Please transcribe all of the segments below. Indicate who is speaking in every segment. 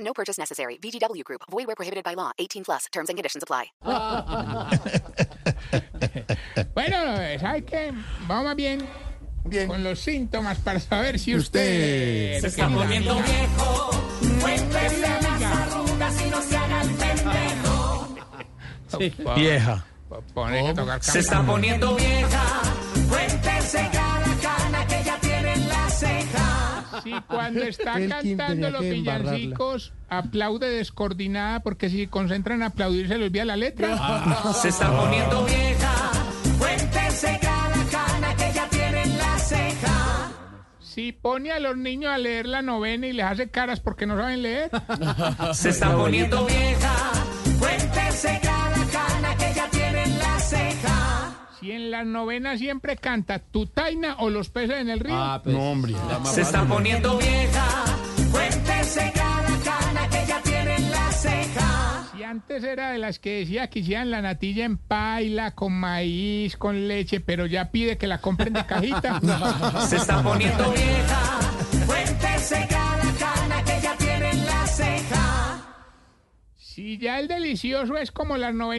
Speaker 1: No purchase necessary. VGW Group. Void where prohibited by law. 18 plus. Terms and conditions apply.
Speaker 2: Bueno, ¿sabes qué? Vamos bien
Speaker 3: Bien.
Speaker 2: con los síntomas para saber si
Speaker 3: Eh,
Speaker 2: usted...
Speaker 4: Se está poniendo viejo, cuéntese las arrugas y no se haga el pendejo.
Speaker 2: Vieja.
Speaker 3: Oh,
Speaker 2: que tocar
Speaker 4: Se está poniendo vieja, cuéntese cada cana que ya tiene en la ceja.
Speaker 2: Si cuando está
Speaker 3: El Kim
Speaker 2: cantando
Speaker 3: tenía
Speaker 2: los
Speaker 3: que embarrarla.
Speaker 2: villancicos, aplaude descoordinada porque si concentran en aplaudir se le olvida la letra. Ah.
Speaker 4: Se está poniendo vieja, cuéntese cada cana que ya tiene en la ceja.
Speaker 2: Si pone a los niños a leer la novena y les hace caras porque no saben leer.
Speaker 4: Se está poniendo vieja, cuéntese cada cana que ya tiene en la ceja.
Speaker 2: Si en la novena siempre canta tu taina o los peces en el río.
Speaker 3: No, hombre.
Speaker 4: Se está poniendo vieja, cuéntese cada cana que ya tiene en la ceja.
Speaker 2: Si antes era de las que decía que hicieran la natilla en paila, con maíz, con leche, pero ya pide que la compren de cajita.
Speaker 4: Se está poniendo vieja, cuéntese cada cana que ya tiene en la ceja.
Speaker 2: Si ya el delicioso es como las novenas.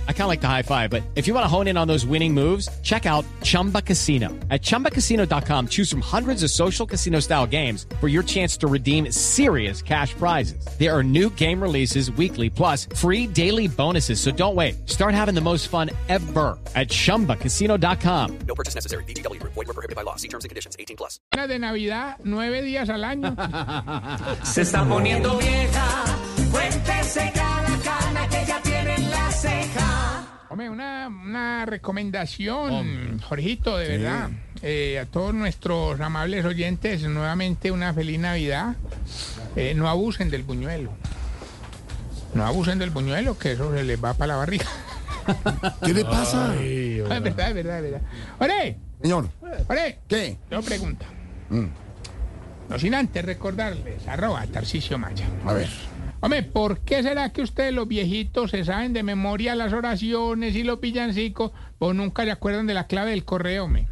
Speaker 5: I kind of like the high five, but if you want to hone in on those winning moves, check out Chumba Casino. At chumbacasino.com, choose from hundreds of social casino style games for your chance to redeem serious cash prizes. There are new game releases weekly, plus free daily bonuses. So don't wait. Start having the most fun ever at chumbacasino.com.
Speaker 6: No purchase necessary. VGW Group. Void were prohibited by law. See terms and conditions. 18 plus.
Speaker 2: de Navidad nueve días al año.
Speaker 4: Se está poniendo vieja, cuéntese cada cana que ya tiene en la ceja.
Speaker 2: Hombre, una, una recomendación, Jorgito, de verdad. Eh, a todos nuestros amables oyentes, nuevamente una feliz Navidad. Eh, no abusen del buñuelo. No abusen del buñuelo, que eso se les va para la barriga.
Speaker 3: ¿Qué le pasa?
Speaker 2: es verdad, es verdad, es verdad. ¡Ore!
Speaker 3: Señor,
Speaker 2: ¡Ore!
Speaker 3: ¿qué? Mm.
Speaker 2: Yo pregunto. No sin antes recordarles, arroba Tarcicio Maya.
Speaker 3: A ver.
Speaker 2: Hombre, ¿por qué será que ustedes los viejitos se saben de memoria las oraciones y los villancicos, o nunca se acuerdan de la clave del correo, hombre?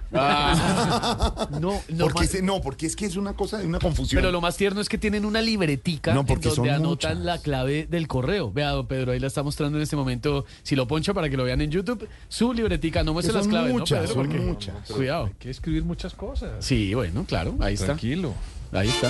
Speaker 7: No, no
Speaker 3: Porque
Speaker 7: más-
Speaker 3: ese- no, porque es que es una cosa de una confusión.
Speaker 7: pero lo más tierno es que tienen una libretica
Speaker 3: No, porque
Speaker 7: en donde
Speaker 3: son
Speaker 7: anotan
Speaker 3: muchas.
Speaker 7: la clave del correo. Vea, don Pedro, ahí la está mostrando en este momento. Si lo poncha para que lo vean en YouTube, su libretica, no muestra
Speaker 3: Son
Speaker 7: las claves, ¿no,
Speaker 3: muchas,
Speaker 7: Pedro?
Speaker 3: son
Speaker 7: Porque-
Speaker 3: muchas.
Speaker 7: Cuidado. Hay que escribir muchas cosas. Sí, bueno, claro, ahí está. Tranquilo. Ahí está.